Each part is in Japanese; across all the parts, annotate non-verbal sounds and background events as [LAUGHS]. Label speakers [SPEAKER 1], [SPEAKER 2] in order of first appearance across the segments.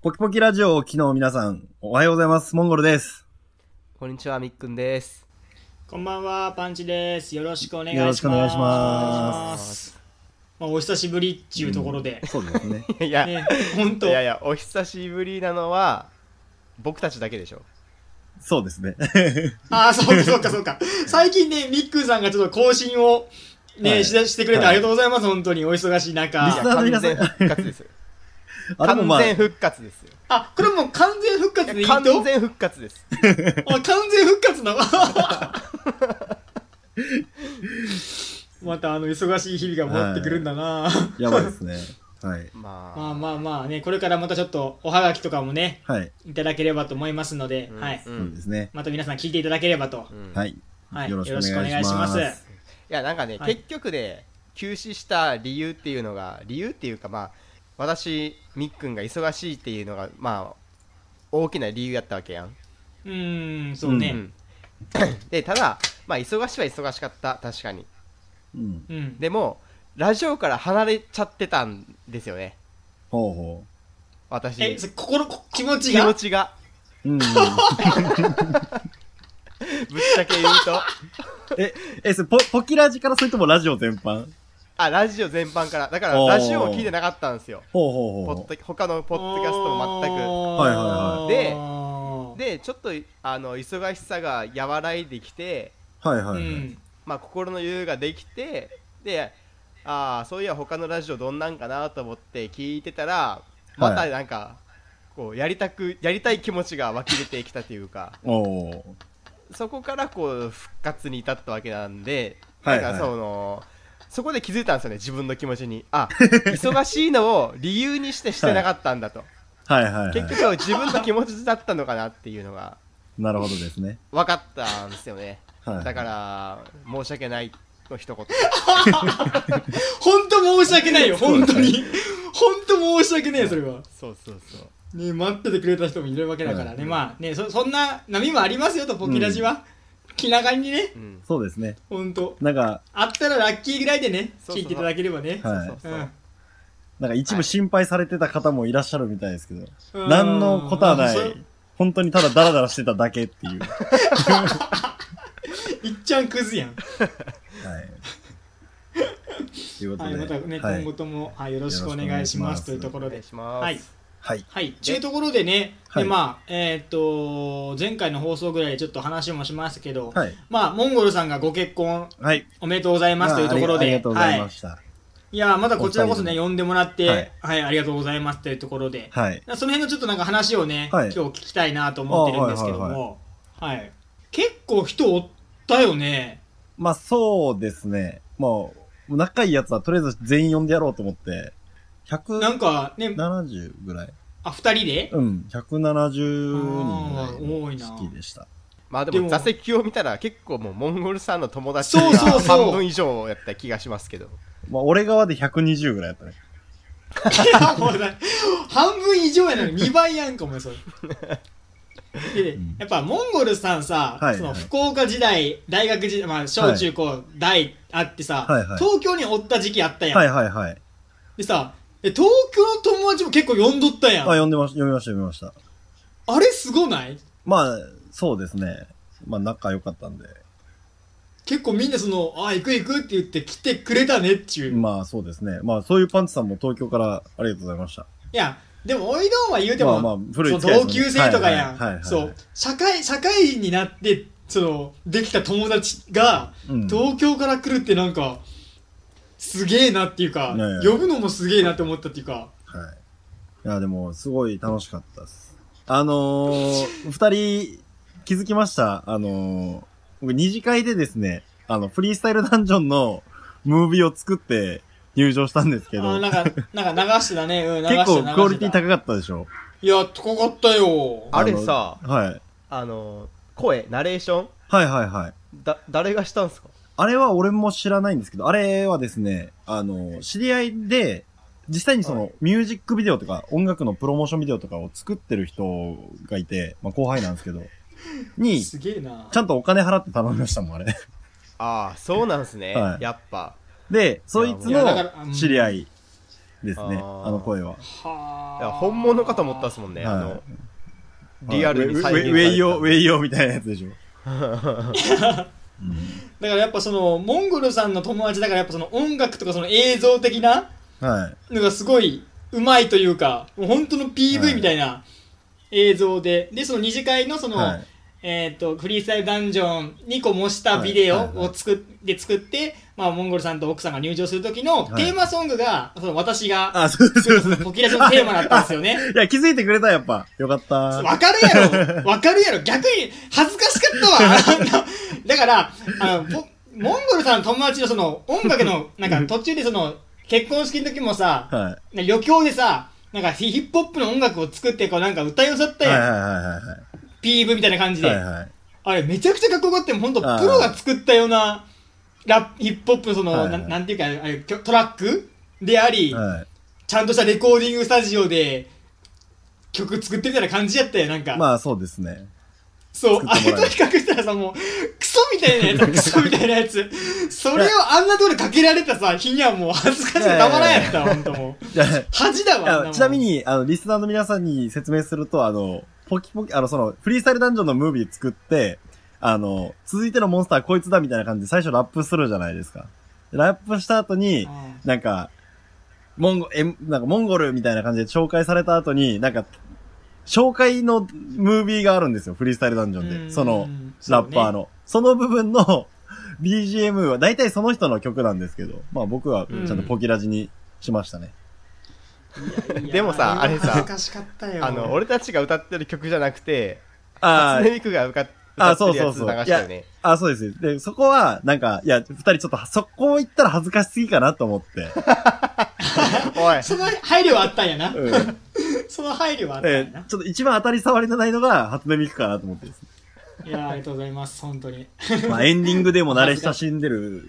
[SPEAKER 1] ポキポキラジオを昨日皆さん、おはようございます。モンゴルです。
[SPEAKER 2] こんにちは、みっくんです。
[SPEAKER 3] こんばんは、パンチです。よろしくお願いします。
[SPEAKER 1] よろしくお願いしま
[SPEAKER 3] まあ、お久しぶりっていうところで、
[SPEAKER 1] そうですね。
[SPEAKER 2] いや、
[SPEAKER 3] ね、本
[SPEAKER 2] い
[SPEAKER 3] 当、
[SPEAKER 2] やいや、お久しぶりなのは、僕たちだけでしょ。
[SPEAKER 1] [LAUGHS] そうですね。
[SPEAKER 3] ああ、そうか、そうか、そうか。最近ね、みっくんさんがちょっと更新をね、
[SPEAKER 1] はい
[SPEAKER 3] ししてくれて
[SPEAKER 1] はい
[SPEAKER 3] ありがとうございます、本当に。お忙しい
[SPEAKER 1] リ
[SPEAKER 2] い
[SPEAKER 1] ス
[SPEAKER 2] や
[SPEAKER 3] 中。
[SPEAKER 1] ナーの
[SPEAKER 2] 完
[SPEAKER 1] 皆さん
[SPEAKER 2] 全復活ですよ。
[SPEAKER 1] [LAUGHS] あ、でも
[SPEAKER 2] 完
[SPEAKER 1] まあ、
[SPEAKER 2] 全復活ですよ。
[SPEAKER 3] あ、これもう完全復活でいいと
[SPEAKER 2] 完全復活です。
[SPEAKER 3] あ完全復
[SPEAKER 1] [LAUGHS]
[SPEAKER 3] 活なのまたあの忙しい日々が戻ってくるんだな、
[SPEAKER 1] やばいですね。はい。
[SPEAKER 2] まあ、
[SPEAKER 3] まあまあまあねこれからまたちょっとおはがきとかもね
[SPEAKER 1] はい。
[SPEAKER 3] いただければと思いますので、
[SPEAKER 2] うん
[SPEAKER 3] はい、
[SPEAKER 2] う
[SPEAKER 1] そうで
[SPEAKER 2] ん
[SPEAKER 1] すね。
[SPEAKER 3] また皆さん聞いていただければと、
[SPEAKER 2] うん。
[SPEAKER 1] はいい。
[SPEAKER 3] はい、
[SPEAKER 1] よ
[SPEAKER 3] よ
[SPEAKER 1] ろ
[SPEAKER 3] ろ
[SPEAKER 1] し
[SPEAKER 3] し
[SPEAKER 1] く
[SPEAKER 3] く
[SPEAKER 1] お
[SPEAKER 3] お
[SPEAKER 1] 願
[SPEAKER 3] 願
[SPEAKER 1] い
[SPEAKER 3] い
[SPEAKER 1] し
[SPEAKER 3] し
[SPEAKER 1] ま
[SPEAKER 3] ますす。
[SPEAKER 2] や、なんかね、
[SPEAKER 3] はい
[SPEAKER 2] 結局で、休止した理由っていうのが、理由っていうか、まあ、私、みっくんが忙しいっていうのが、まあ、大きな理由やったわけやん。
[SPEAKER 3] うーん、そう
[SPEAKER 2] う
[SPEAKER 3] ね。
[SPEAKER 2] んで、ただ、まあ、忙しいは忙しかった、確かに。
[SPEAKER 1] うん。
[SPEAKER 3] うん。
[SPEAKER 2] でも、ラジオから離れちゃってたんですよね。
[SPEAKER 1] ほうほ
[SPEAKER 2] 私。
[SPEAKER 3] え、そ心、こ気持ち
[SPEAKER 2] 気持
[SPEAKER 3] が
[SPEAKER 2] ちが、
[SPEAKER 1] う。うん。 [LAUGHS]
[SPEAKER 2] ぶっちゃけ言う
[SPEAKER 3] [LAUGHS]
[SPEAKER 2] と。
[SPEAKER 1] え、え、それポ、ポキラジからそれともラジオ全般
[SPEAKER 2] あ、ラジオ全般から。だから、
[SPEAKER 1] おー
[SPEAKER 2] ラジオを聞いてなかったんですよ。
[SPEAKER 1] ほうほう
[SPEAKER 2] ポ
[SPEAKER 1] ほう
[SPEAKER 2] ッ
[SPEAKER 1] ほう。
[SPEAKER 2] ド他のポッドキャストも全
[SPEAKER 1] はいはい
[SPEAKER 2] はいく。
[SPEAKER 3] で、
[SPEAKER 2] で、ちょっと、あの、忙しさが和らいできて、
[SPEAKER 1] はいはいは
[SPEAKER 3] う
[SPEAKER 1] い。
[SPEAKER 3] ん。
[SPEAKER 2] まあ、心の余裕ができて、で、ああ、そういや、他のラジオどんなんかなと思って聞いてたら、またなんか、こう、やりたく、やりたい気持ちが湧き出てきたというか。
[SPEAKER 1] おー。
[SPEAKER 2] そこからこう復活に至ったわけなんで、
[SPEAKER 1] はい
[SPEAKER 2] な
[SPEAKER 1] は
[SPEAKER 2] んか
[SPEAKER 1] い
[SPEAKER 2] そのそこで気づいたんですよね、自分の気持ちに。あ忙しいのを理由にしてしてなかったんだと、
[SPEAKER 1] はいはいは
[SPEAKER 2] 結局は自分の気持ちだったのかなっていうのが
[SPEAKER 1] い。なるほどですね。
[SPEAKER 2] 分かったんですよね、
[SPEAKER 1] はい。
[SPEAKER 2] だから、申し訳ないの一言、
[SPEAKER 3] 本当申し訳ないよ、
[SPEAKER 1] そうだ
[SPEAKER 3] 本
[SPEAKER 1] ね
[SPEAKER 3] 当に。本当申し訳ねえよ、それは。
[SPEAKER 2] そうそうそう、
[SPEAKER 3] ね、待っててくれた人もいるわけだから
[SPEAKER 1] は
[SPEAKER 3] ね。まあね、そそんな波もありますよと、ポキラジは。気長にね、
[SPEAKER 2] うん、
[SPEAKER 1] そうですね。
[SPEAKER 3] 本当
[SPEAKER 1] なんか、
[SPEAKER 3] あったらラッキーぐらいでね、
[SPEAKER 2] そうそう
[SPEAKER 3] 聞いていただければね。
[SPEAKER 1] はい
[SPEAKER 2] そうそう
[SPEAKER 3] う。
[SPEAKER 2] そうん
[SPEAKER 1] なんか一部心配されてた方もいらっしゃるみたいですけど、
[SPEAKER 3] うん
[SPEAKER 1] 何のことはな
[SPEAKER 3] そう
[SPEAKER 1] い。本当にただダラダラしてただけっていう。はい
[SPEAKER 3] っちゃんクズやん。
[SPEAKER 1] い。というこ
[SPEAKER 3] は
[SPEAKER 1] と
[SPEAKER 3] い、
[SPEAKER 1] で。
[SPEAKER 3] またね、
[SPEAKER 1] は
[SPEAKER 3] 今
[SPEAKER 1] い
[SPEAKER 3] 後。とも、はい、よろしくお願いしますというところ
[SPEAKER 2] お願
[SPEAKER 3] で
[SPEAKER 2] い。します。
[SPEAKER 3] はい
[SPEAKER 1] はい。
[SPEAKER 3] はい。というところでね、
[SPEAKER 1] はい
[SPEAKER 3] でまあ、えーっと、前回の放送ぐらいでちょっと話もしましたけど、
[SPEAKER 1] はい。
[SPEAKER 3] まあ、モンゴルさんがご結婚
[SPEAKER 1] はい。
[SPEAKER 3] おめでとうございますというところ
[SPEAKER 1] ありあり
[SPEAKER 3] で、
[SPEAKER 1] がとうございま
[SPEAKER 3] い。
[SPEAKER 1] した。
[SPEAKER 3] いや、まだこちらこそ
[SPEAKER 1] お二人
[SPEAKER 3] ね、
[SPEAKER 1] で
[SPEAKER 3] 呼んでもらって、
[SPEAKER 1] は
[SPEAKER 3] はいい、ありがとうございますというところで、
[SPEAKER 1] はい。
[SPEAKER 3] その辺のちょっとなんか話をね、
[SPEAKER 1] はい
[SPEAKER 3] 今日聞きたいなと思ってるんですけど
[SPEAKER 1] あはいはい
[SPEAKER 3] も、はい。結構人おったよね。
[SPEAKER 1] まあそうですね。もう、仲いいやつはとりあえず全員呼んでやろうと思って、
[SPEAKER 3] なんかね、
[SPEAKER 1] 170ぐらい
[SPEAKER 3] あ、二人で
[SPEAKER 1] うん、170人ぐ
[SPEAKER 3] あー多
[SPEAKER 1] らい
[SPEAKER 3] い
[SPEAKER 1] の
[SPEAKER 3] な
[SPEAKER 1] 式でした。
[SPEAKER 2] まあで
[SPEAKER 3] で
[SPEAKER 2] も
[SPEAKER 3] も
[SPEAKER 2] 座席を見たら結構もうモンゴルさんの友達
[SPEAKER 3] そう
[SPEAKER 2] が
[SPEAKER 3] そうそう
[SPEAKER 2] 半分以上やった気がしますけど
[SPEAKER 1] まあ俺側で120ぐらいやったね。
[SPEAKER 3] いやもうな [LAUGHS] 半分以上やのに2倍やんかも
[SPEAKER 1] [LAUGHS]
[SPEAKER 3] それで
[SPEAKER 1] うん
[SPEAKER 3] やっぱモンゴルさんさ、
[SPEAKER 1] はい
[SPEAKER 3] その
[SPEAKER 1] はい
[SPEAKER 3] 福岡時代大学時代、まあ、小中高大あってさ、
[SPEAKER 1] はいはい
[SPEAKER 3] 東京におった時期あったやん、
[SPEAKER 1] はいはいはい。
[SPEAKER 3] でさで東京の友達も結構呼んどったや
[SPEAKER 1] あ、
[SPEAKER 3] ん、
[SPEAKER 1] 呼んでました、呼びました、呼びました。
[SPEAKER 3] あれすごない
[SPEAKER 1] まあ、そうですね。まあ仲良かったんで。
[SPEAKER 3] 結構みんなその「あ行く行く」って言って来てくれたねっちゅう、い
[SPEAKER 1] まあそうですね。まあそういうパンチさんも東京からありがとうございました。
[SPEAKER 3] やでもおいどんは言うて
[SPEAKER 1] ま
[SPEAKER 3] も、
[SPEAKER 1] あまあ古い
[SPEAKER 3] そ
[SPEAKER 1] 付き合い
[SPEAKER 3] の同
[SPEAKER 1] です
[SPEAKER 3] 級
[SPEAKER 1] ね
[SPEAKER 3] 生とかや
[SPEAKER 1] はいはいはいはい
[SPEAKER 3] んそう社会社会人になってそのできた友達が
[SPEAKER 1] うん。
[SPEAKER 3] 東京から来るってなんかすげえなっていうか、
[SPEAKER 1] ねえ
[SPEAKER 3] 呼ぶのもすげえなって思ったっていうか
[SPEAKER 1] はい。いや、でも、すごい楽しかったです。あのー、二人、気づきましたあのー、僕二次会でですね、あの、フリースタイルダンジョンのムービーを作って入場したんですけ
[SPEAKER 3] あ
[SPEAKER 1] ど
[SPEAKER 3] ー、なんかなんか流してたね、
[SPEAKER 1] [LAUGHS]
[SPEAKER 3] うん、流して
[SPEAKER 1] 結
[SPEAKER 3] た
[SPEAKER 1] 構クオリティ
[SPEAKER 3] い
[SPEAKER 1] 高かったでしょ
[SPEAKER 3] いや高かったよ
[SPEAKER 2] あれさ
[SPEAKER 1] のはい。
[SPEAKER 2] あの声ナレーション
[SPEAKER 1] はいはいはい。
[SPEAKER 2] だ誰がしたんですか
[SPEAKER 1] あれは俺も知らないんですけど、あれはですね、あの、知り合いで、実際にその、ミュージックビデオとか、音楽のプロモーションビデオとかを作ってる人がいて、まあ後輩なんですけど、に、
[SPEAKER 3] すげえな
[SPEAKER 1] ちゃんとお金払って頼みましたもん、あれ。
[SPEAKER 2] ああそうなんすね、
[SPEAKER 1] はい
[SPEAKER 2] やっぱ
[SPEAKER 1] で、そいつ
[SPEAKER 2] い
[SPEAKER 3] やだから
[SPEAKER 1] の知り合いですね、
[SPEAKER 2] あー
[SPEAKER 1] あの声は。
[SPEAKER 2] か
[SPEAKER 3] は
[SPEAKER 2] ら本物かと思ったっすもんね、あ
[SPEAKER 1] はい
[SPEAKER 2] の、リアルに
[SPEAKER 1] ウ
[SPEAKER 2] 再現
[SPEAKER 1] ェウェウェイヨー、ウェイヨーみたいなやつでし
[SPEAKER 2] [LAUGHS]
[SPEAKER 1] ょ。
[SPEAKER 3] だからやっぱそのモンゴルさんの友達だからやっぱその音楽とかその映像的な
[SPEAKER 1] はい。
[SPEAKER 3] のがすごいうまいというかもう本当の
[SPEAKER 1] は
[SPEAKER 3] PV
[SPEAKER 1] い
[SPEAKER 3] みたいな映像で、でその二次会のその、
[SPEAKER 1] はい。
[SPEAKER 3] えー、とフリースタイルダンジョンにこう模したビデオ
[SPEAKER 1] はいはいは
[SPEAKER 3] を
[SPEAKER 1] い
[SPEAKER 3] 作っ,、で作って、まあ、モンゴルさんと奥さんが入場する時の
[SPEAKER 1] はい
[SPEAKER 3] テーマソングが、その私が
[SPEAKER 1] あ、そうそうそう。
[SPEAKER 3] ポキラジのテーマだったんですよね。
[SPEAKER 1] いや、気づいてくれた、やっぱ。よかった。
[SPEAKER 3] [LAUGHS] わかるやろわかるやろ逆に恥ずかし
[SPEAKER 1] [LAUGHS]
[SPEAKER 3] かったわあんなだから、あの、ぼモンゴルさんの友達のその音楽の、なんか途中でその結婚式の時もさ、
[SPEAKER 1] はい。
[SPEAKER 3] ね余興でさ、なんかヒヒップホップの音楽を作ってこうなんか歌いよさった
[SPEAKER 1] はいはい
[SPEAKER 3] やん。
[SPEAKER 1] は
[SPEAKER 3] PV みたいな感じ
[SPEAKER 1] いはい。
[SPEAKER 3] で。
[SPEAKER 1] はいはい。
[SPEAKER 3] あれめちゃくちゃかっこよかったよ。ほんとプ
[SPEAKER 1] あー
[SPEAKER 3] ロが作ったようなラップ、ヒップホップのその、
[SPEAKER 1] はいはい
[SPEAKER 3] なんなんていうか、あれきょトラックであり、
[SPEAKER 1] はい
[SPEAKER 3] ちゃんとしたレコーディングスタジオで曲作ってみたいな感じやったよ。なんか。
[SPEAKER 1] まあ、そうですね。
[SPEAKER 3] そう、あ
[SPEAKER 1] 作って
[SPEAKER 3] れ
[SPEAKER 1] も
[SPEAKER 3] と
[SPEAKER 1] らえる
[SPEAKER 3] 比較したらさ、もう、クソみた
[SPEAKER 1] [LAUGHS]
[SPEAKER 3] いなやつ、クソみたいなやつ。それをあんなところでかけられたさ、日にはもう恥ずかしくてたまらんやったわ、ほんともう。
[SPEAKER 1] いやい
[SPEAKER 3] 恥だわ、あんも
[SPEAKER 1] や
[SPEAKER 3] ん
[SPEAKER 1] ちなみ。に、あの、リスナーの皆さんに説明すると、あの、ポキポキ、あの、その、フリースタイルダンジョンのムービー作って、あの、続いてのモンスターこいつだみたいな感じで最初ラップするじゃないですか。ラップした後に、
[SPEAKER 3] うん
[SPEAKER 1] なんか、モンゴ、え、なんかモンゴルみたいな感じで紹介された後に、なんか、紹介のムービーがあるんですよ、フリースタイルダンジョン
[SPEAKER 3] うん
[SPEAKER 1] で。その、
[SPEAKER 3] そう
[SPEAKER 1] ラ
[SPEAKER 3] ね
[SPEAKER 1] ッパーの。その部分の [LAUGHS] BGM は、大体その人の曲なんですけど、まあ僕はちゃんとポキラジにしましたね。
[SPEAKER 3] いや
[SPEAKER 2] でもさあれさ
[SPEAKER 3] 恥ずかしかったよ。
[SPEAKER 2] あの、俺たちが歌ってる曲じゃなくて、
[SPEAKER 1] ああ
[SPEAKER 2] 初音、ミクが歌って
[SPEAKER 1] あ
[SPEAKER 2] る
[SPEAKER 1] そ
[SPEAKER 2] や
[SPEAKER 1] う
[SPEAKER 2] つ
[SPEAKER 1] そ
[SPEAKER 2] 流
[SPEAKER 1] うそう
[SPEAKER 2] したよね。
[SPEAKER 1] あ、そうです。で、そこは、なんか、いや、二人ちょっと、そこ行ったら恥ずかしすぎかなと思って。
[SPEAKER 2] おい、
[SPEAKER 3] その配慮はあったんやな。
[SPEAKER 1] うん。
[SPEAKER 3] その配慮はあったんや
[SPEAKER 1] え
[SPEAKER 3] な。
[SPEAKER 1] ちょっと一番当たり障りのないのが、初音ミクかなと思ってですね
[SPEAKER 3] いや、ありがとうございます、本当に。
[SPEAKER 1] まあ、エンディングでも慣れ親しんでる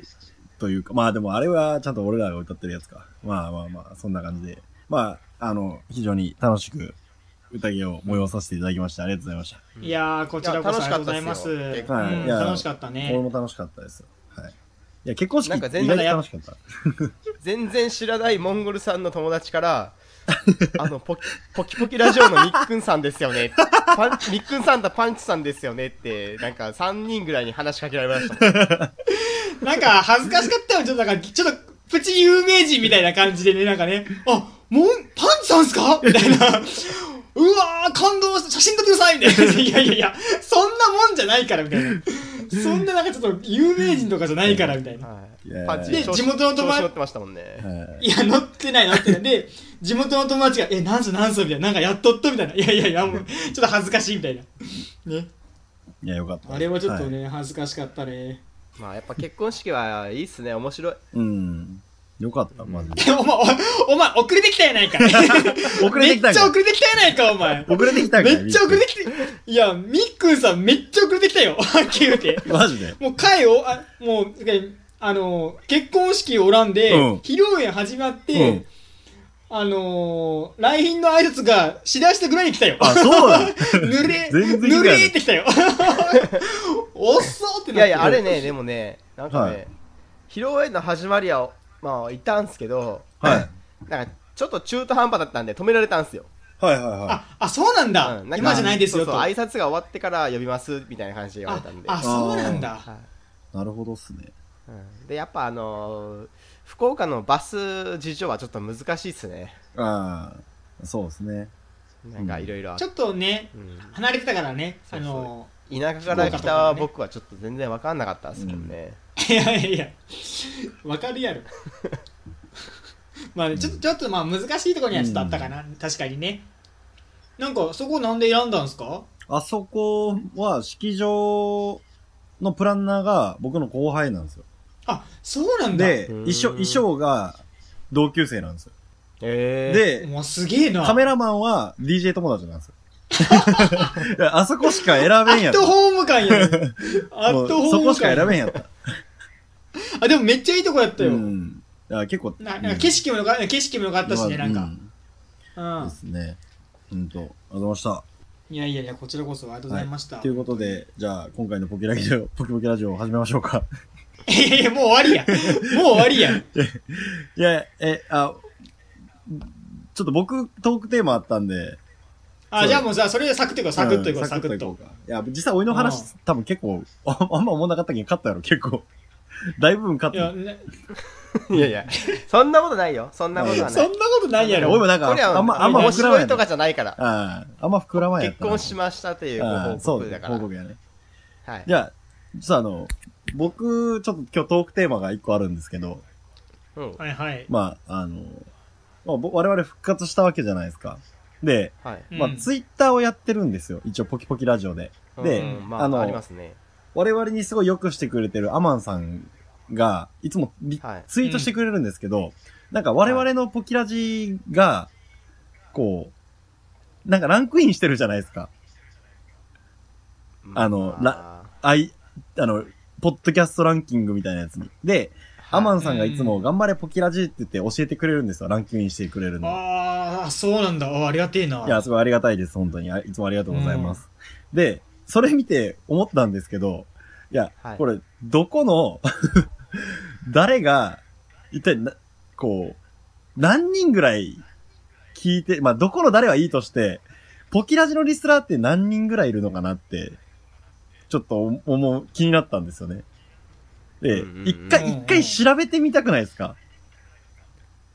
[SPEAKER 1] というか、まあでもあれはちゃんと俺らが歌ってるやつか。まあまあまあ、そんな感じで。まあ、あの、非常に楽しく宴を催させていただきました。ありがとうございました。
[SPEAKER 2] うん
[SPEAKER 3] いやー、こちらこそありがとうございます。
[SPEAKER 2] いうや楽し
[SPEAKER 1] かったっすよはいいやこ
[SPEAKER 3] ん楽しかった
[SPEAKER 1] れ
[SPEAKER 3] ね。
[SPEAKER 1] も楽しかったです。はい。いや、結婚式
[SPEAKER 2] なん
[SPEAKER 1] 意
[SPEAKER 2] か
[SPEAKER 1] 外
[SPEAKER 2] 全
[SPEAKER 1] と
[SPEAKER 2] 然
[SPEAKER 1] 楽しかった。
[SPEAKER 2] 全然知らないモンゴルさんの友達
[SPEAKER 1] [LAUGHS]
[SPEAKER 2] から、あのポキ、ポキポキラジオのみっくんさんですよね。パンみっくんさんとパンチさんですよねって、なんか3人ぐらいに話しかけられましたもん。
[SPEAKER 3] なんか、恥ずかしかったよ。ちょっとなんか、ちょっと、プチ有名人みたいな感じでね、なんかね、あ、もん、パンツさんすかみたいな。うわー、感動した。写真撮ってくださいみたいな。いやいやいや、そんなもんじゃないから、みたいな。そんななんかちょっと有名人とかじゃないから、みたいな。
[SPEAKER 2] はい
[SPEAKER 1] いやー
[SPEAKER 2] パンチ
[SPEAKER 1] で
[SPEAKER 2] 調子
[SPEAKER 3] 地元の友達
[SPEAKER 2] 調子乗ってましたもんね。
[SPEAKER 1] はい。
[SPEAKER 3] いや、乗ってない、乗ってない。で、地元の友達が、え、なんすなんすみたいな。なんかやっとっとみたいな。いやいやいや、もう、ちょっと恥ずかしいみたいな。ね。
[SPEAKER 1] いや、よかった。
[SPEAKER 3] あれはちょっと
[SPEAKER 1] い
[SPEAKER 3] ね、恥ずかしかったね。
[SPEAKER 2] まあやっぱ結婚式はいいっすね、面白い。
[SPEAKER 1] うん。よかった、マジで。
[SPEAKER 3] お前、おお前、遅れてきたやないか。
[SPEAKER 1] [LAUGHS] 遅れてきたん
[SPEAKER 3] めっちゃ
[SPEAKER 1] か
[SPEAKER 3] 遅れてきたやないか、お前。
[SPEAKER 1] 遅れてきたんかい
[SPEAKER 3] めっちゃ遅れてきて、いや、みっくんさんめっちゃ遅れてきたよ。 [LAUGHS] はっきり言うて。
[SPEAKER 1] マジで。
[SPEAKER 3] もう会を、あもう、えあの、結婚式をおらんで、
[SPEAKER 1] うん
[SPEAKER 3] 披露宴始ま
[SPEAKER 1] う
[SPEAKER 3] って、
[SPEAKER 1] ん。
[SPEAKER 3] あのー、来賓の挨拶がしだしたぐらいに来たよ。 [LAUGHS]
[SPEAKER 1] あ、そうだ
[SPEAKER 3] ぬれ、
[SPEAKER 1] 全然
[SPEAKER 3] ぬ
[SPEAKER 1] いない
[SPEAKER 3] れーってきたよ。 [LAUGHS] おっそーってなって。
[SPEAKER 2] いやいや、あれね、でもね、なんかね、
[SPEAKER 1] はい
[SPEAKER 2] 披露宴の始まりは、まあいたんすけど、
[SPEAKER 1] はい。
[SPEAKER 2] [LAUGHS] なんかちょっと中途半端だったんで止められたんすよ。
[SPEAKER 1] はいはいは。
[SPEAKER 3] あ、あ、そうなんだ。
[SPEAKER 2] うんなんか
[SPEAKER 3] 今じゃないですよ
[SPEAKER 2] そ
[SPEAKER 3] と。
[SPEAKER 2] うそう挨拶が終わってから呼びますみたいな感じで言われたんで
[SPEAKER 3] ああ、そうなんだ。
[SPEAKER 2] はい
[SPEAKER 1] なるほどっすね。
[SPEAKER 2] いうんでやっぱあのー福岡のバス事情はちょっと難しいっすね
[SPEAKER 1] ああ、そうですね。
[SPEAKER 2] なんかいろいろ
[SPEAKER 3] ちょっとね、離れてたからね、
[SPEAKER 2] そ
[SPEAKER 3] あ
[SPEAKER 2] うそう
[SPEAKER 3] の [LAUGHS]
[SPEAKER 2] 田舎から来た僕はちょっと全然分かんなかったっすもんね、
[SPEAKER 3] ー、いやいやいや、わかるやろ。 [LAUGHS] まあね、ちょっと、ちょっとまあ難しいところにはちょっとあったかな、確かにね。なんか、そこなんで選んだんすか
[SPEAKER 1] あそこは、式場のプランナーが僕の後輩なんですよ。
[SPEAKER 3] あ、そうなんだ。
[SPEAKER 1] で、
[SPEAKER 2] うん
[SPEAKER 1] 衣装、衣装が同級生なんですよ。
[SPEAKER 2] え
[SPEAKER 1] で、
[SPEAKER 2] え
[SPEAKER 3] もうすげえな。
[SPEAKER 1] カメラマンは DJ 友達なんですよ。い [LAUGHS] やあそこしか選べん
[SPEAKER 3] ア
[SPEAKER 1] や
[SPEAKER 3] ッ
[SPEAKER 1] った
[SPEAKER 3] ト。ホーム感やね
[SPEAKER 1] [LAUGHS]
[SPEAKER 3] ア
[SPEAKER 1] も
[SPEAKER 3] ッ
[SPEAKER 1] う
[SPEAKER 3] トホーム感。
[SPEAKER 1] そこしか選べんやった。
[SPEAKER 3] あ、でもめっちゃいいとこやった
[SPEAKER 1] う
[SPEAKER 3] よ。
[SPEAKER 1] ん。いや結構、
[SPEAKER 3] ななんか景色もよか景色もよかったしね、なんか。
[SPEAKER 1] うん。
[SPEAKER 3] うん
[SPEAKER 1] で。すね。うんと、ありがとうございまし
[SPEAKER 3] いやいやいや、こちらこそありがとうございました。
[SPEAKER 1] た。ということで、じゃあ、今回のポキラジオ、 [LAUGHS] ポキポキラジオを始めましょうか。 [LAUGHS]
[SPEAKER 3] いやいやいや、もう終わりや。もう終わりや。
[SPEAKER 1] いや、え、あ、ちょっと僕、トークテーマあったんで。そ
[SPEAKER 3] あ、
[SPEAKER 1] う
[SPEAKER 3] じゃあもうさ、それでサクッといこう、サクッといこう、
[SPEAKER 1] ん
[SPEAKER 3] サクッ
[SPEAKER 1] い
[SPEAKER 3] と
[SPEAKER 1] こ。うかいや、実際、おいの話、多分結構、ああんま思んなかったけど、勝ったやろ、結構。 [LAUGHS] 大部分勝
[SPEAKER 3] い
[SPEAKER 1] った
[SPEAKER 3] や、。ね
[SPEAKER 2] [LAUGHS] いやいや、そんなことないよ。そんなことは
[SPEAKER 3] そ
[SPEAKER 2] なんい。
[SPEAKER 3] なことないや
[SPEAKER 1] いやおいも
[SPEAKER 3] ろ。
[SPEAKER 1] なん
[SPEAKER 2] これ
[SPEAKER 1] か、
[SPEAKER 2] は
[SPEAKER 1] あんま、あんま
[SPEAKER 2] 面
[SPEAKER 1] 膨らま
[SPEAKER 2] 白
[SPEAKER 1] ないい。
[SPEAKER 2] とかじゃないから。
[SPEAKER 1] ああんま膨らまないやっ
[SPEAKER 2] 結
[SPEAKER 1] たな。
[SPEAKER 2] 婚しましたというご
[SPEAKER 1] ああ
[SPEAKER 2] 報
[SPEAKER 1] そう
[SPEAKER 2] 告
[SPEAKER 1] だ
[SPEAKER 2] だ
[SPEAKER 1] ね、
[SPEAKER 2] から
[SPEAKER 1] 報。告やね。
[SPEAKER 2] はい。
[SPEAKER 1] じゃあ、実はあの、僕、ちょっと今日トークテーマが一個あるんですけど、
[SPEAKER 2] うん。
[SPEAKER 3] はいはい。
[SPEAKER 1] まあ、あの、まあ、ぼ我々復活したわけじゃないですか。で、
[SPEAKER 2] はい。
[SPEAKER 1] まあ、
[SPEAKER 3] うん
[SPEAKER 1] ツイッターをやってるんですよ。一応、ポキポキラジオで。で
[SPEAKER 2] うん、ま
[SPEAKER 1] あ
[SPEAKER 2] あ、
[SPEAKER 1] の
[SPEAKER 2] ありますね。
[SPEAKER 1] 我々にすごい良くしてくれてるアマンさんが、いつもリ
[SPEAKER 2] はい
[SPEAKER 1] ツイートしてくれるんですけど、なんか我々のポキラジが、こう、なんかランクインしてるじゃないですか。あの
[SPEAKER 2] ま
[SPEAKER 1] あい、あの、ポッドキャストランキングみたいなやつに。で、
[SPEAKER 2] あ
[SPEAKER 1] アマン
[SPEAKER 2] はい
[SPEAKER 1] さんがいつも頑張れポキラジって言って教えてくれるんですよ。ランキングインしてくれるの。
[SPEAKER 3] ああ、そうなんだ。あありがてえな。
[SPEAKER 1] いや、すごいありがたいです。本当に。あいつもありがとうございます。で、それ見て思ったんですけど、いや、
[SPEAKER 2] はい
[SPEAKER 1] これ、どこの、 [LAUGHS] 誰が、一体な、こう、何人ぐらい聞いて、まあ、どこの誰はいいとして、ポキラジのリスラーって何人ぐらいいるのかなって、ちょっと思思う、気になったんですよね。で
[SPEAKER 2] うんうんう、ん
[SPEAKER 1] 一回、一回調べてみたくないですか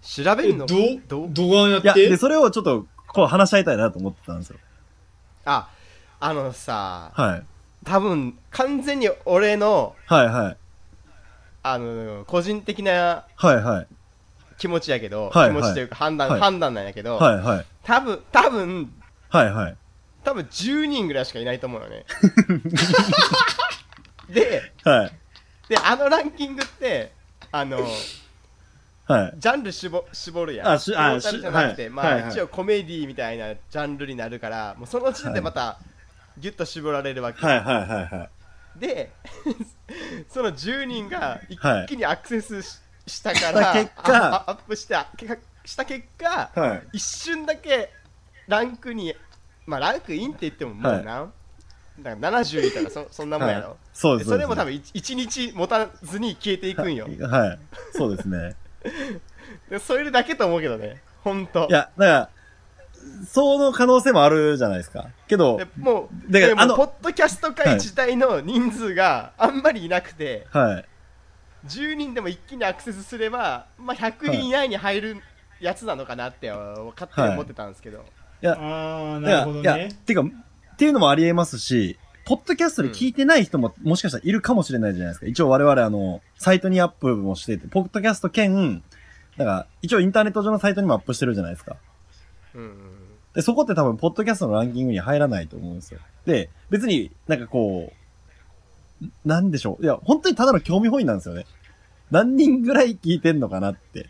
[SPEAKER 2] 調べ
[SPEAKER 3] え
[SPEAKER 2] るの
[SPEAKER 3] ど
[SPEAKER 2] ど
[SPEAKER 3] う、どうやっ
[SPEAKER 1] いや、で、
[SPEAKER 3] て
[SPEAKER 1] それをちょっと、こう話し合いたいなと思ってたんですよ。
[SPEAKER 2] あ、あのさ、
[SPEAKER 1] はい。
[SPEAKER 2] 多分、完全に俺の、
[SPEAKER 1] はいはい。
[SPEAKER 2] あの、個人的な
[SPEAKER 1] はいはい。
[SPEAKER 2] 気持ちやけど、
[SPEAKER 1] はい
[SPEAKER 2] 気持ちというか判断、
[SPEAKER 1] はい
[SPEAKER 2] 判断なんやけど、
[SPEAKER 1] はいはい。
[SPEAKER 2] 多分、多分、
[SPEAKER 1] はいはい。
[SPEAKER 2] 多分10人ぐらいしかいないと思う
[SPEAKER 1] [LAUGHS]
[SPEAKER 2] よね。で、
[SPEAKER 1] はい。
[SPEAKER 2] で、あのランキングって、あの、
[SPEAKER 1] はい。
[SPEAKER 2] ジャンル絞絞るやん。
[SPEAKER 1] あし
[SPEAKER 2] ト
[SPEAKER 1] あ
[SPEAKER 2] ータル
[SPEAKER 1] し
[SPEAKER 2] じゃなくて、
[SPEAKER 1] はい
[SPEAKER 2] ま
[SPEAKER 1] はいは
[SPEAKER 2] あ
[SPEAKER 1] い
[SPEAKER 2] 一応コメディみたいなジャンルになるから、もうその時点でまたギュッと絞られるわけ。
[SPEAKER 1] はいはいはいはい。
[SPEAKER 2] で、 [LAUGHS] その10人が一
[SPEAKER 1] はい
[SPEAKER 2] 気にアクセスししたか
[SPEAKER 1] した
[SPEAKER 2] ら、
[SPEAKER 1] 結果
[SPEAKER 2] ああアップした結果した結果、
[SPEAKER 1] はい。
[SPEAKER 2] 一瞬だけランクに、まあランクインって言ってももうな、だから70いたらそそんなもんやろ。
[SPEAKER 1] はいそうで
[SPEAKER 2] で
[SPEAKER 1] す。
[SPEAKER 2] それも多
[SPEAKER 1] 分
[SPEAKER 2] 分一一日持たずに消えていくんよ。
[SPEAKER 1] はい。そうですね。
[SPEAKER 2] でそれだけと思うけどね、ほんと。
[SPEAKER 1] いや、だから、その可能性もあるじゃないですか。けど
[SPEAKER 2] で、もう、
[SPEAKER 1] だから
[SPEAKER 2] でも
[SPEAKER 1] あの
[SPEAKER 2] ポッドキャスト
[SPEAKER 1] はい
[SPEAKER 2] 界自体の人数があんまりいなくて、
[SPEAKER 1] はい。
[SPEAKER 2] 10人でも一気にアクセスすれば、まあ、100人以内に入るやつなのかなって勝手に思ってたんですけど、
[SPEAKER 3] ああ、
[SPEAKER 1] だか
[SPEAKER 3] な
[SPEAKER 1] ら
[SPEAKER 3] るほど
[SPEAKER 1] いや、
[SPEAKER 3] ね。
[SPEAKER 1] てか、っていうのもあり得ますし、ポッドキャストで聞いてない人も、もしかしたらいるかもしれないじゃないですか。一応我々、あの、サイトにアップもしてて、ポッドキャスト兼、だから、一応インターネット上のサイトにもアップしてるじゃないですか。
[SPEAKER 2] うんうん
[SPEAKER 1] で、そこって多分、ポッドキャストのランキングに入らないと思うんですよ。で、別になんかこう、なんでしょう。いや、本当にただの興味本位なんですよね。何人ぐらい聞いてんのかなって。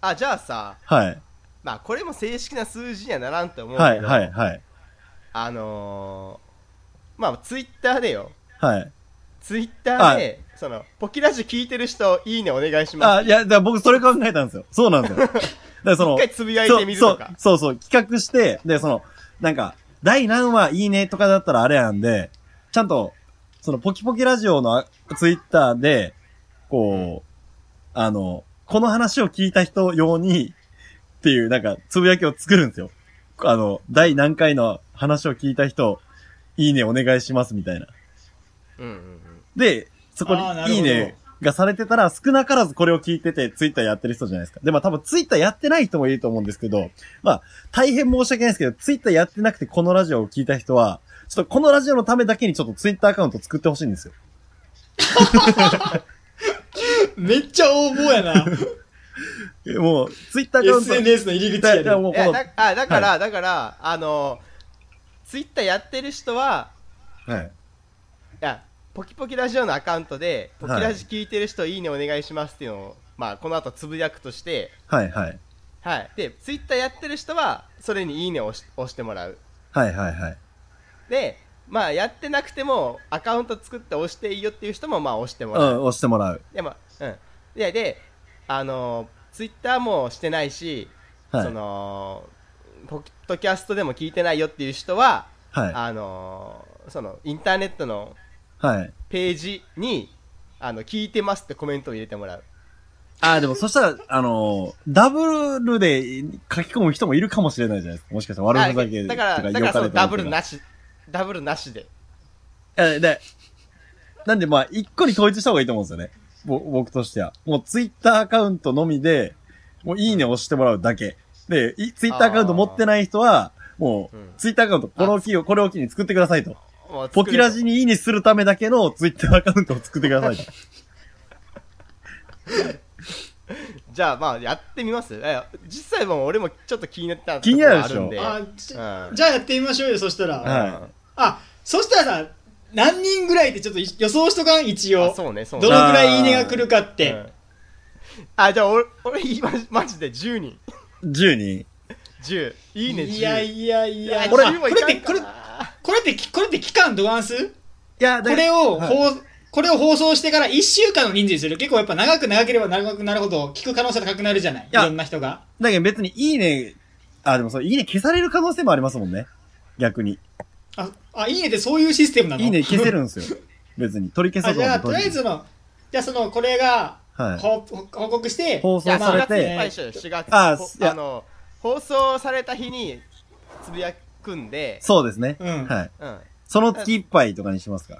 [SPEAKER 2] あじゃあさ、
[SPEAKER 1] はい。
[SPEAKER 2] まあ、これも正式な数字にはならんと思うけど、
[SPEAKER 1] はい、はい、はい。
[SPEAKER 2] あのー、まあツイッターでよ
[SPEAKER 1] はい。
[SPEAKER 2] ツイッターでそのポキラジ聞いてる人いいねお願いします
[SPEAKER 1] あ、いや、だから僕それ考えたんですよ。そうなんですよ。だからその、
[SPEAKER 2] 一回つぶやいてみるとか
[SPEAKER 1] そうそうそうそう、企画して、で、その、なんか、第何話いいねとかだったらあれなんで、ちゃんと、その、ポキポキラジオのツイッターで、こう、あの、この話を聞いた人用に、っていう、なんか、つぶやきを作るんですよ。あの、第何回の話を聞いた人、いいねお願いしますみたいな。
[SPEAKER 2] うんうんうん
[SPEAKER 1] で、そこ
[SPEAKER 3] あーなる
[SPEAKER 1] に、い
[SPEAKER 3] ほ
[SPEAKER 1] い
[SPEAKER 3] ど
[SPEAKER 1] ねがされてたら、少なからずこれを聞いてて、ツイッターやってる人じゃないですか。で、まあ多分ツイッターやってない人もいると思うんですけど、まあ、大変申し訳ないですけど、ツイッターやってなくてこのラジオを聞いた人は、ちょっとこのラジオのためだけにちょっとツイッターアカウント作ってほしいんですよ。
[SPEAKER 3] めっちゃ応募
[SPEAKER 1] [LAUGHS]
[SPEAKER 3] やな。
[SPEAKER 1] えもう、ツイッターア
[SPEAKER 3] [LAUGHS]
[SPEAKER 1] カウント。
[SPEAKER 3] SNS の入り口
[SPEAKER 1] だ
[SPEAKER 3] や
[SPEAKER 1] から
[SPEAKER 3] で。
[SPEAKER 1] もう
[SPEAKER 2] い
[SPEAKER 1] こ
[SPEAKER 2] や
[SPEAKER 1] の、
[SPEAKER 2] だあだから、だからあのツイッターやってる人は
[SPEAKER 1] はい。
[SPEAKER 2] いやポキポキラジオのアカウントで「ポ
[SPEAKER 1] はい
[SPEAKER 2] キラジ聞いてる人いいねお願いします」っていうのを、まあ、この後つぶやくとして、
[SPEAKER 1] はいはい。
[SPEAKER 2] はい、でツイッターやってる人はそれに「いいね」を押し押してもらう
[SPEAKER 1] はいはいはい。
[SPEAKER 2] でまあやってなくてもアカウント作って押していいよっていう人もまあ押しても
[SPEAKER 1] う
[SPEAKER 2] らう、
[SPEAKER 1] ん、押してもらう。
[SPEAKER 2] でまあうんでであのツイッターもしてないし、
[SPEAKER 1] はい
[SPEAKER 2] そ。のポッドキャストでも聞いてないよっていう人は
[SPEAKER 1] はい。
[SPEAKER 2] あのーそのインターネットの
[SPEAKER 1] はい。
[SPEAKER 2] ページにあの聞いてますってコメントを入れてもらう
[SPEAKER 1] ああ、でもそしたら、あのーダブルで書き込む人もいるかもしれないじゃないですか。もしかしたら悪ふざけ
[SPEAKER 2] だから、
[SPEAKER 1] とか
[SPEAKER 2] だか
[SPEAKER 1] 良
[SPEAKER 2] らその
[SPEAKER 1] れと思
[SPEAKER 2] ダ
[SPEAKER 1] うけ
[SPEAKER 2] ブ
[SPEAKER 1] ど
[SPEAKER 2] ルなし、ダブルなしで。
[SPEAKER 1] え、で、なんでまあ、一個に統一した方がいいと思うんですよね。ぼ僕としては。もうツイッターアカウントのみで、もういいねを押してもらうだけ。で、いツイッターアカウント持ってない人は、もう
[SPEAKER 2] うん、
[SPEAKER 1] ツイッターアカウント、これを機を、これを機に作ってくださいと。
[SPEAKER 2] もう作
[SPEAKER 1] ポ
[SPEAKER 2] れ
[SPEAKER 1] キラジにいいねするためだけのツイッターアカウントを作ってください
[SPEAKER 3] [LAUGHS]
[SPEAKER 1] と。
[SPEAKER 2] じゃあまあやってみますえ実際もう俺もちょっと気になってた
[SPEAKER 1] 気になるでしょ
[SPEAKER 2] ところあ
[SPEAKER 3] あ
[SPEAKER 2] るんで
[SPEAKER 3] ち
[SPEAKER 2] うん
[SPEAKER 3] じゃあやってみましょうよそしたら、
[SPEAKER 1] はい
[SPEAKER 3] あそしたらさ何人ぐらいってちょっと予想しとかん一応
[SPEAKER 2] あそうねそう
[SPEAKER 3] ど
[SPEAKER 2] ね
[SPEAKER 3] のくらいいいねが来るかっ
[SPEAKER 2] う
[SPEAKER 3] て
[SPEAKER 2] んあじゃあ俺俺 [LAUGHS] 今マジで10人
[SPEAKER 1] 10人。
[SPEAKER 2] 10いいね10
[SPEAKER 3] いやいやいや
[SPEAKER 2] いや
[SPEAKER 3] これ
[SPEAKER 2] 10
[SPEAKER 3] こ
[SPEAKER 2] もい
[SPEAKER 3] れ
[SPEAKER 2] かん
[SPEAKER 3] ってこれ
[SPEAKER 2] か
[SPEAKER 3] これってきこれって期間どうす
[SPEAKER 1] いや、
[SPEAKER 3] こ
[SPEAKER 1] だ
[SPEAKER 3] れを、
[SPEAKER 1] はい
[SPEAKER 3] 放これを放送してから1週間の人数にする結構やっぱ長く長ければ長くなるほど聞く可能性高くなるじゃないい
[SPEAKER 1] や
[SPEAKER 3] ろんな人が
[SPEAKER 1] だけど別にいいね、あ、でもそう、いいね消される可能性もありますもんね。逆に。
[SPEAKER 3] ああいいねってそういうシステムなの
[SPEAKER 1] いいね消せるんです
[SPEAKER 3] [LAUGHS]
[SPEAKER 1] よ。別に。取り消
[SPEAKER 3] あ
[SPEAKER 1] そう
[SPEAKER 3] じ
[SPEAKER 1] と思
[SPEAKER 3] ゃあ
[SPEAKER 1] って
[SPEAKER 3] と
[SPEAKER 1] 取
[SPEAKER 3] りあえ
[SPEAKER 1] 消
[SPEAKER 3] ずのじゃあそのこれが、
[SPEAKER 1] はい
[SPEAKER 3] 報報告して
[SPEAKER 1] 放
[SPEAKER 2] いや
[SPEAKER 1] 送
[SPEAKER 2] 4
[SPEAKER 1] され
[SPEAKER 2] 月いっぱい
[SPEAKER 1] て
[SPEAKER 2] で、しょ4月
[SPEAKER 1] あ
[SPEAKER 2] ほ
[SPEAKER 1] いや
[SPEAKER 2] あの放送された日につぶやくんで
[SPEAKER 1] そうですね。
[SPEAKER 3] うん
[SPEAKER 1] はい。
[SPEAKER 2] うんね
[SPEAKER 1] その月いっぱいとかにしますか。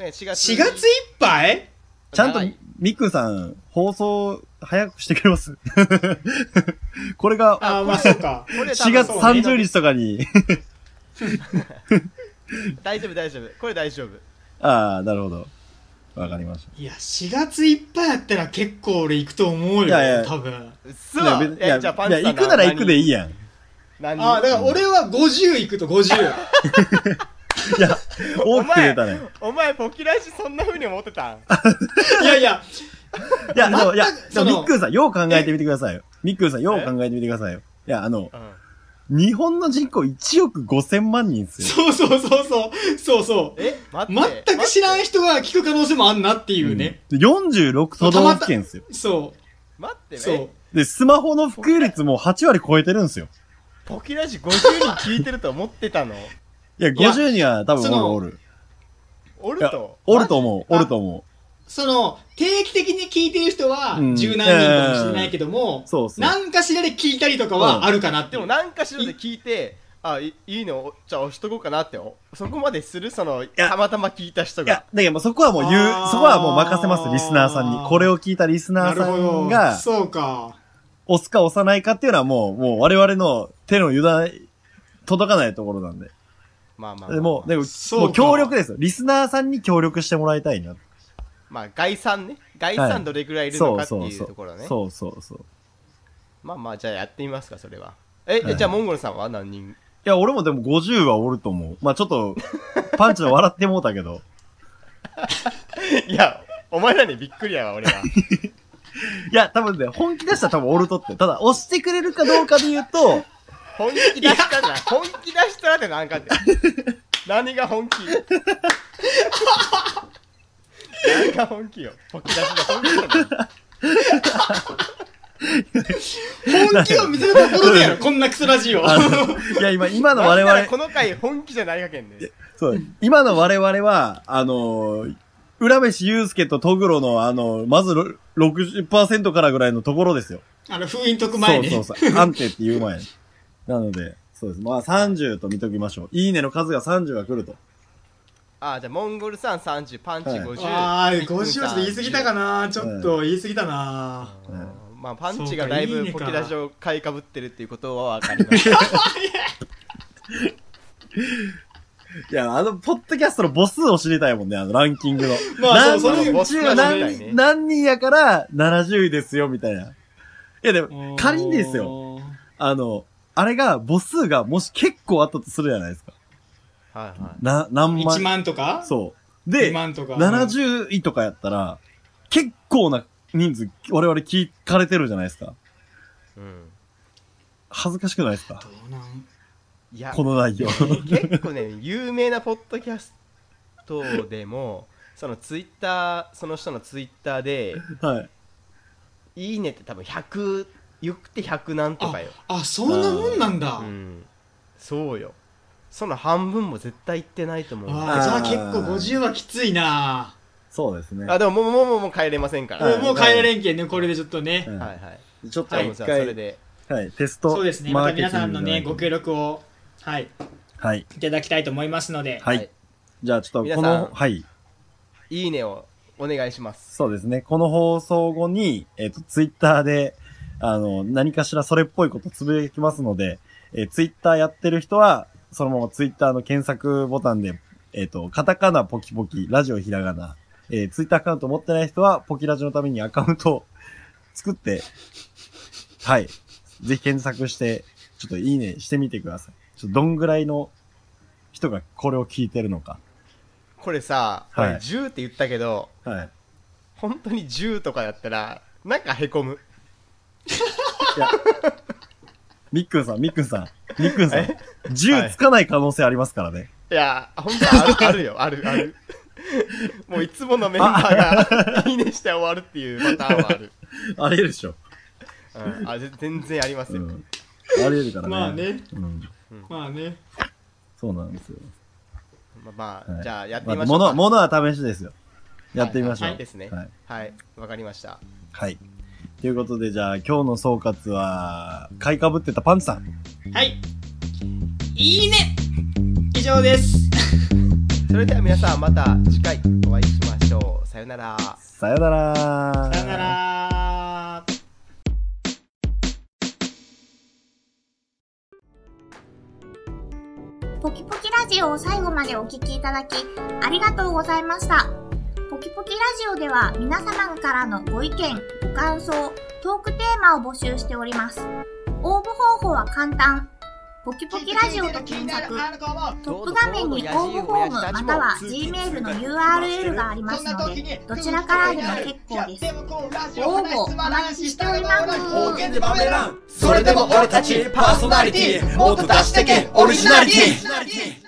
[SPEAKER 2] 4月
[SPEAKER 3] 4月いっぱい
[SPEAKER 1] ちゃんと
[SPEAKER 2] 長い、
[SPEAKER 1] みっくんさん、放送、早くしてくれます [LAUGHS] これが、
[SPEAKER 3] ああまあそうか
[SPEAKER 2] これ多
[SPEAKER 1] 4
[SPEAKER 2] 分
[SPEAKER 1] 月
[SPEAKER 2] そう
[SPEAKER 1] 30日とかに、 [LAUGHS]
[SPEAKER 2] 大丈夫大丈夫これ大丈夫
[SPEAKER 1] ああ、なるほど。わかりまし
[SPEAKER 3] いや4月いっぱいやったら結構俺行くと思うよ
[SPEAKER 1] いやいや
[SPEAKER 3] 多分
[SPEAKER 2] うっそ
[SPEAKER 1] た。いや別
[SPEAKER 2] いやじゃあパンチ
[SPEAKER 1] い
[SPEAKER 2] さ
[SPEAKER 1] や
[SPEAKER 2] ん
[SPEAKER 1] 行くなら行くでいい
[SPEAKER 2] や
[SPEAKER 1] やん。い
[SPEAKER 2] 何
[SPEAKER 3] ああだから俺は50行くと50
[SPEAKER 1] [LAUGHS] や、
[SPEAKER 2] お
[SPEAKER 1] 大きく
[SPEAKER 2] 前
[SPEAKER 1] 出たね。
[SPEAKER 2] お前ポキラジそんな風に思ってたん
[SPEAKER 3] いやいや
[SPEAKER 1] いや、でも、いや
[SPEAKER 3] 全く、
[SPEAKER 1] で
[SPEAKER 3] そ
[SPEAKER 1] も
[SPEAKER 3] の
[SPEAKER 1] みっくんさん、よう考えてみてくださいよ。みっくんさん、よう考えてみてくださいよ。いや、あの、
[SPEAKER 2] うん
[SPEAKER 1] 日本の人口1億5千万人っすよ。
[SPEAKER 3] そうそうそうそうそうそう
[SPEAKER 2] え待って
[SPEAKER 3] 全く知らん
[SPEAKER 2] 人
[SPEAKER 3] 人が聞く可能性もあんなっていうね、
[SPEAKER 1] うん。で46都道府県っすよ。
[SPEAKER 3] そ
[SPEAKER 2] 待って
[SPEAKER 3] う
[SPEAKER 2] ね
[SPEAKER 3] そう
[SPEAKER 1] で、スマホの普及率も8割超えてるんすよ。
[SPEAKER 2] ポキラジ50人聞いてると思ってたの
[SPEAKER 1] いや、50人は多分
[SPEAKER 3] その
[SPEAKER 1] おるおる。
[SPEAKER 2] おる
[SPEAKER 1] いや
[SPEAKER 2] と、
[SPEAKER 1] おると思う。
[SPEAKER 3] マジ
[SPEAKER 1] おると思
[SPEAKER 3] その定期的に聞いてる人は
[SPEAKER 1] うん
[SPEAKER 3] 十何人かもしれないけども、
[SPEAKER 1] んそうそう
[SPEAKER 3] 何かしらで聞いたりとかはあるかなっ
[SPEAKER 2] で
[SPEAKER 3] ていう、
[SPEAKER 2] も何かしらで聞いてあいいいのじゃあ押しとこうかなっておそこまでするその
[SPEAKER 1] や
[SPEAKER 2] たまたま聞いた人
[SPEAKER 1] う。いや
[SPEAKER 2] が、
[SPEAKER 1] だけどもうそこはもう言う
[SPEAKER 3] あー、
[SPEAKER 1] そこはもう任せます、リスナーさんに。これを聞いたリスナ
[SPEAKER 3] な
[SPEAKER 1] ー
[SPEAKER 3] る
[SPEAKER 1] さ
[SPEAKER 3] ほ
[SPEAKER 1] ん
[SPEAKER 3] ど
[SPEAKER 1] が、
[SPEAKER 3] そうか
[SPEAKER 1] 押すか押さないかっていうのはもう、もう我々の手の委ね、届かないところなんで。
[SPEAKER 2] まあまあまあ、
[SPEAKER 1] でもう、でも、
[SPEAKER 3] そうか
[SPEAKER 1] もう協力ですよ。リスナーさんに協力してもらいたいな。
[SPEAKER 2] まあ概算ね概
[SPEAKER 1] は
[SPEAKER 2] 算
[SPEAKER 1] い
[SPEAKER 2] どれぐらいいるの
[SPEAKER 1] そ
[SPEAKER 2] か
[SPEAKER 1] う
[SPEAKER 2] って
[SPEAKER 1] そう
[SPEAKER 2] い
[SPEAKER 1] そうう
[SPEAKER 2] ところね、。
[SPEAKER 1] そうそうそう。
[SPEAKER 2] まあまあじゃあやってみますかそれはえ、
[SPEAKER 1] はい
[SPEAKER 2] じゃあモンゴルさんは何人
[SPEAKER 1] いや、俺もでも50はおると思う。まあちょっと、パンチの笑ってもうたけど。
[SPEAKER 2] いやお前らにびっくりやわ
[SPEAKER 1] [LAUGHS]
[SPEAKER 2] 俺は
[SPEAKER 1] いや、多分ね、本気出したら多分俺とって。ただ、押してくれるかどうかで言うと、
[SPEAKER 2] 本気出したら本気出したらって何かって何が
[SPEAKER 1] [LAUGHS]
[SPEAKER 2] 本気何が本気よ本気出しが本気なの
[SPEAKER 3] 本気を見せるところ
[SPEAKER 1] [LAUGHS]
[SPEAKER 3] でやろこんなクソラジオ
[SPEAKER 1] あの、いや、今、今の我
[SPEAKER 2] なんならこ
[SPEAKER 1] 々、
[SPEAKER 2] の回本気じゃないわけんね。
[SPEAKER 1] そう、今の我々は、あのー、浦飯祐介とトグロの、あのー、まずろ60%からぐらいのところですよ。
[SPEAKER 3] あの封印解く
[SPEAKER 1] そ
[SPEAKER 3] 前
[SPEAKER 1] う
[SPEAKER 3] に
[SPEAKER 1] そうそう。安定って言う前に。なので、そうです。まあ30と見ときましょう。いいねの数が30が来ると。
[SPEAKER 2] ああ、じゃあ、モンゴルさん30、パンチ
[SPEAKER 1] はい
[SPEAKER 2] 50。
[SPEAKER 3] ああ50はちょっと言い過ぎたかなちょっと言い過ぎたな、
[SPEAKER 2] うん。まあ、パンチがだい
[SPEAKER 3] そうか
[SPEAKER 2] ぶ
[SPEAKER 3] いいね
[SPEAKER 2] ポ
[SPEAKER 3] か
[SPEAKER 2] キラジを買いかぶってるっていうことは分かりました。
[SPEAKER 1] いや、あの、ポッドキャストの母数を知りたいもんね、あの、ランキングの。
[SPEAKER 3] [LAUGHS] まあ
[SPEAKER 1] 何
[SPEAKER 3] そうそう
[SPEAKER 1] 人
[SPEAKER 2] 母数
[SPEAKER 1] 中
[SPEAKER 2] は知りた
[SPEAKER 1] 何
[SPEAKER 2] いね
[SPEAKER 1] 人、何人やから70位ですよ、みたいな。いや、でも、仮にですよ。
[SPEAKER 3] よ
[SPEAKER 1] あの、あれが、母数がもし結構あったとするじゃないですか。
[SPEAKER 2] はいはい。
[SPEAKER 1] な、何万。
[SPEAKER 3] 1万とか
[SPEAKER 1] そう。で
[SPEAKER 3] 2、万とか
[SPEAKER 1] 70位とかやったら、結構な人数、我々聞かれてるじゃないですか。
[SPEAKER 2] うん。
[SPEAKER 1] 恥ずかしくないですか
[SPEAKER 3] どうなん
[SPEAKER 2] いや、
[SPEAKER 1] この内容。 [LAUGHS]
[SPEAKER 2] 結構ね、有名なポッドキャストでも、そのツイッター、その人のツイッターで、
[SPEAKER 1] はい。
[SPEAKER 2] いいねって多分100、よくて100なんとかよ。
[SPEAKER 3] あそんなもんなんだ、
[SPEAKER 2] うん。そうよ。その半分も絶対行ってないと思う。
[SPEAKER 3] あーじゃあ結構50はきついな
[SPEAKER 1] そうですね。
[SPEAKER 2] あ、でももう、もう、もう、もう帰れませんから。
[SPEAKER 1] はい
[SPEAKER 2] は
[SPEAKER 3] もうもう帰られんけんね、これでちょっとね。
[SPEAKER 1] うん
[SPEAKER 2] いはい。
[SPEAKER 1] ちょっと
[SPEAKER 2] じゃあも
[SPEAKER 1] 一
[SPEAKER 2] うじゃあそれ
[SPEAKER 1] 回、
[SPEAKER 2] で。
[SPEAKER 1] はい、テスト
[SPEAKER 3] そうですね。
[SPEAKER 1] マ
[SPEAKER 3] ま
[SPEAKER 1] ー
[SPEAKER 3] た
[SPEAKER 1] ケティング
[SPEAKER 3] 皆さんのね、ご協力を、はい、
[SPEAKER 1] はい。
[SPEAKER 3] いただきたいと思いますので。
[SPEAKER 1] は
[SPEAKER 2] はいい。
[SPEAKER 1] じゃあちょっとこ
[SPEAKER 2] 皆さん
[SPEAKER 1] の、はい。
[SPEAKER 2] いいねをお願いします。
[SPEAKER 1] そうですね。この放送後に、えっ、と、ツイッターで、あの、何かしらそれっぽいことつぶやきますので、えツイッター Twitter やってる人は、そのままツイッターの検索ボタンで、えっ、と、カタカナポキポキ、ラジオひらがな、えツイッター Twitter アカウント持ってない人は、ポキラジのためにアカウントを [LAUGHS] 作って、はい。ぜひ検索して、ちょっといいねしてみてください。ちょっとどんぐらいの人がこれを聞いてるのか。
[SPEAKER 2] これさ、
[SPEAKER 1] はい
[SPEAKER 2] 俺10って言ったけど、
[SPEAKER 1] はい。
[SPEAKER 2] 本当に10とかやったら、なんかへこむ。
[SPEAKER 1] みっくんさん、みっくんさん、みっくんさん
[SPEAKER 2] え、
[SPEAKER 1] 銃つかない可能性ありますからね。
[SPEAKER 2] いや、本当
[SPEAKER 1] [LAUGHS]
[SPEAKER 2] ある、あるよ、ある、ある。もういつものメンバー
[SPEAKER 1] [LAUGHS]
[SPEAKER 2] が、いいねして終わるっていうパターンはある。
[SPEAKER 1] あり得るでしょ。
[SPEAKER 2] うん、あぜ全然あります
[SPEAKER 1] う
[SPEAKER 2] よ。
[SPEAKER 1] ん。あり得るからね。
[SPEAKER 3] まあね。
[SPEAKER 1] うん。
[SPEAKER 3] まあね。
[SPEAKER 1] そうなんですよ。
[SPEAKER 2] まあまあ、
[SPEAKER 1] はい
[SPEAKER 2] じゃあやって
[SPEAKER 1] ま
[SPEAKER 2] み
[SPEAKER 1] あ、
[SPEAKER 2] ましょう
[SPEAKER 1] も
[SPEAKER 2] か。
[SPEAKER 1] の、ものは試しですよ。やってみましょう。
[SPEAKER 2] はいですね。
[SPEAKER 1] はい。
[SPEAKER 2] はい、わかりました。
[SPEAKER 1] はい。ということで、じゃあ、今日の総括は、買いかぶってたパンツさん。
[SPEAKER 3] はい。いいね以上です。
[SPEAKER 2] それでは皆さんまた次回お会いしましょう。さよなら。
[SPEAKER 1] さよなら
[SPEAKER 3] さよなら
[SPEAKER 4] ポキポキラジオを最後までお聞きいただき、ありがとうございました。ポキポキラジオでは皆様からのご意見、ご感想、トークテーマを募集しております。応募方法は簡単。ポキポキラジオと検索、トップ画面に応募フォームまたは Gmail の URL がありますので、どちらからでも結構です。
[SPEAKER 3] す
[SPEAKER 4] 応募お待ちしております
[SPEAKER 5] 冒険で豆ランそれでも俺たちパーソナリティもっと出してけオリジナリティ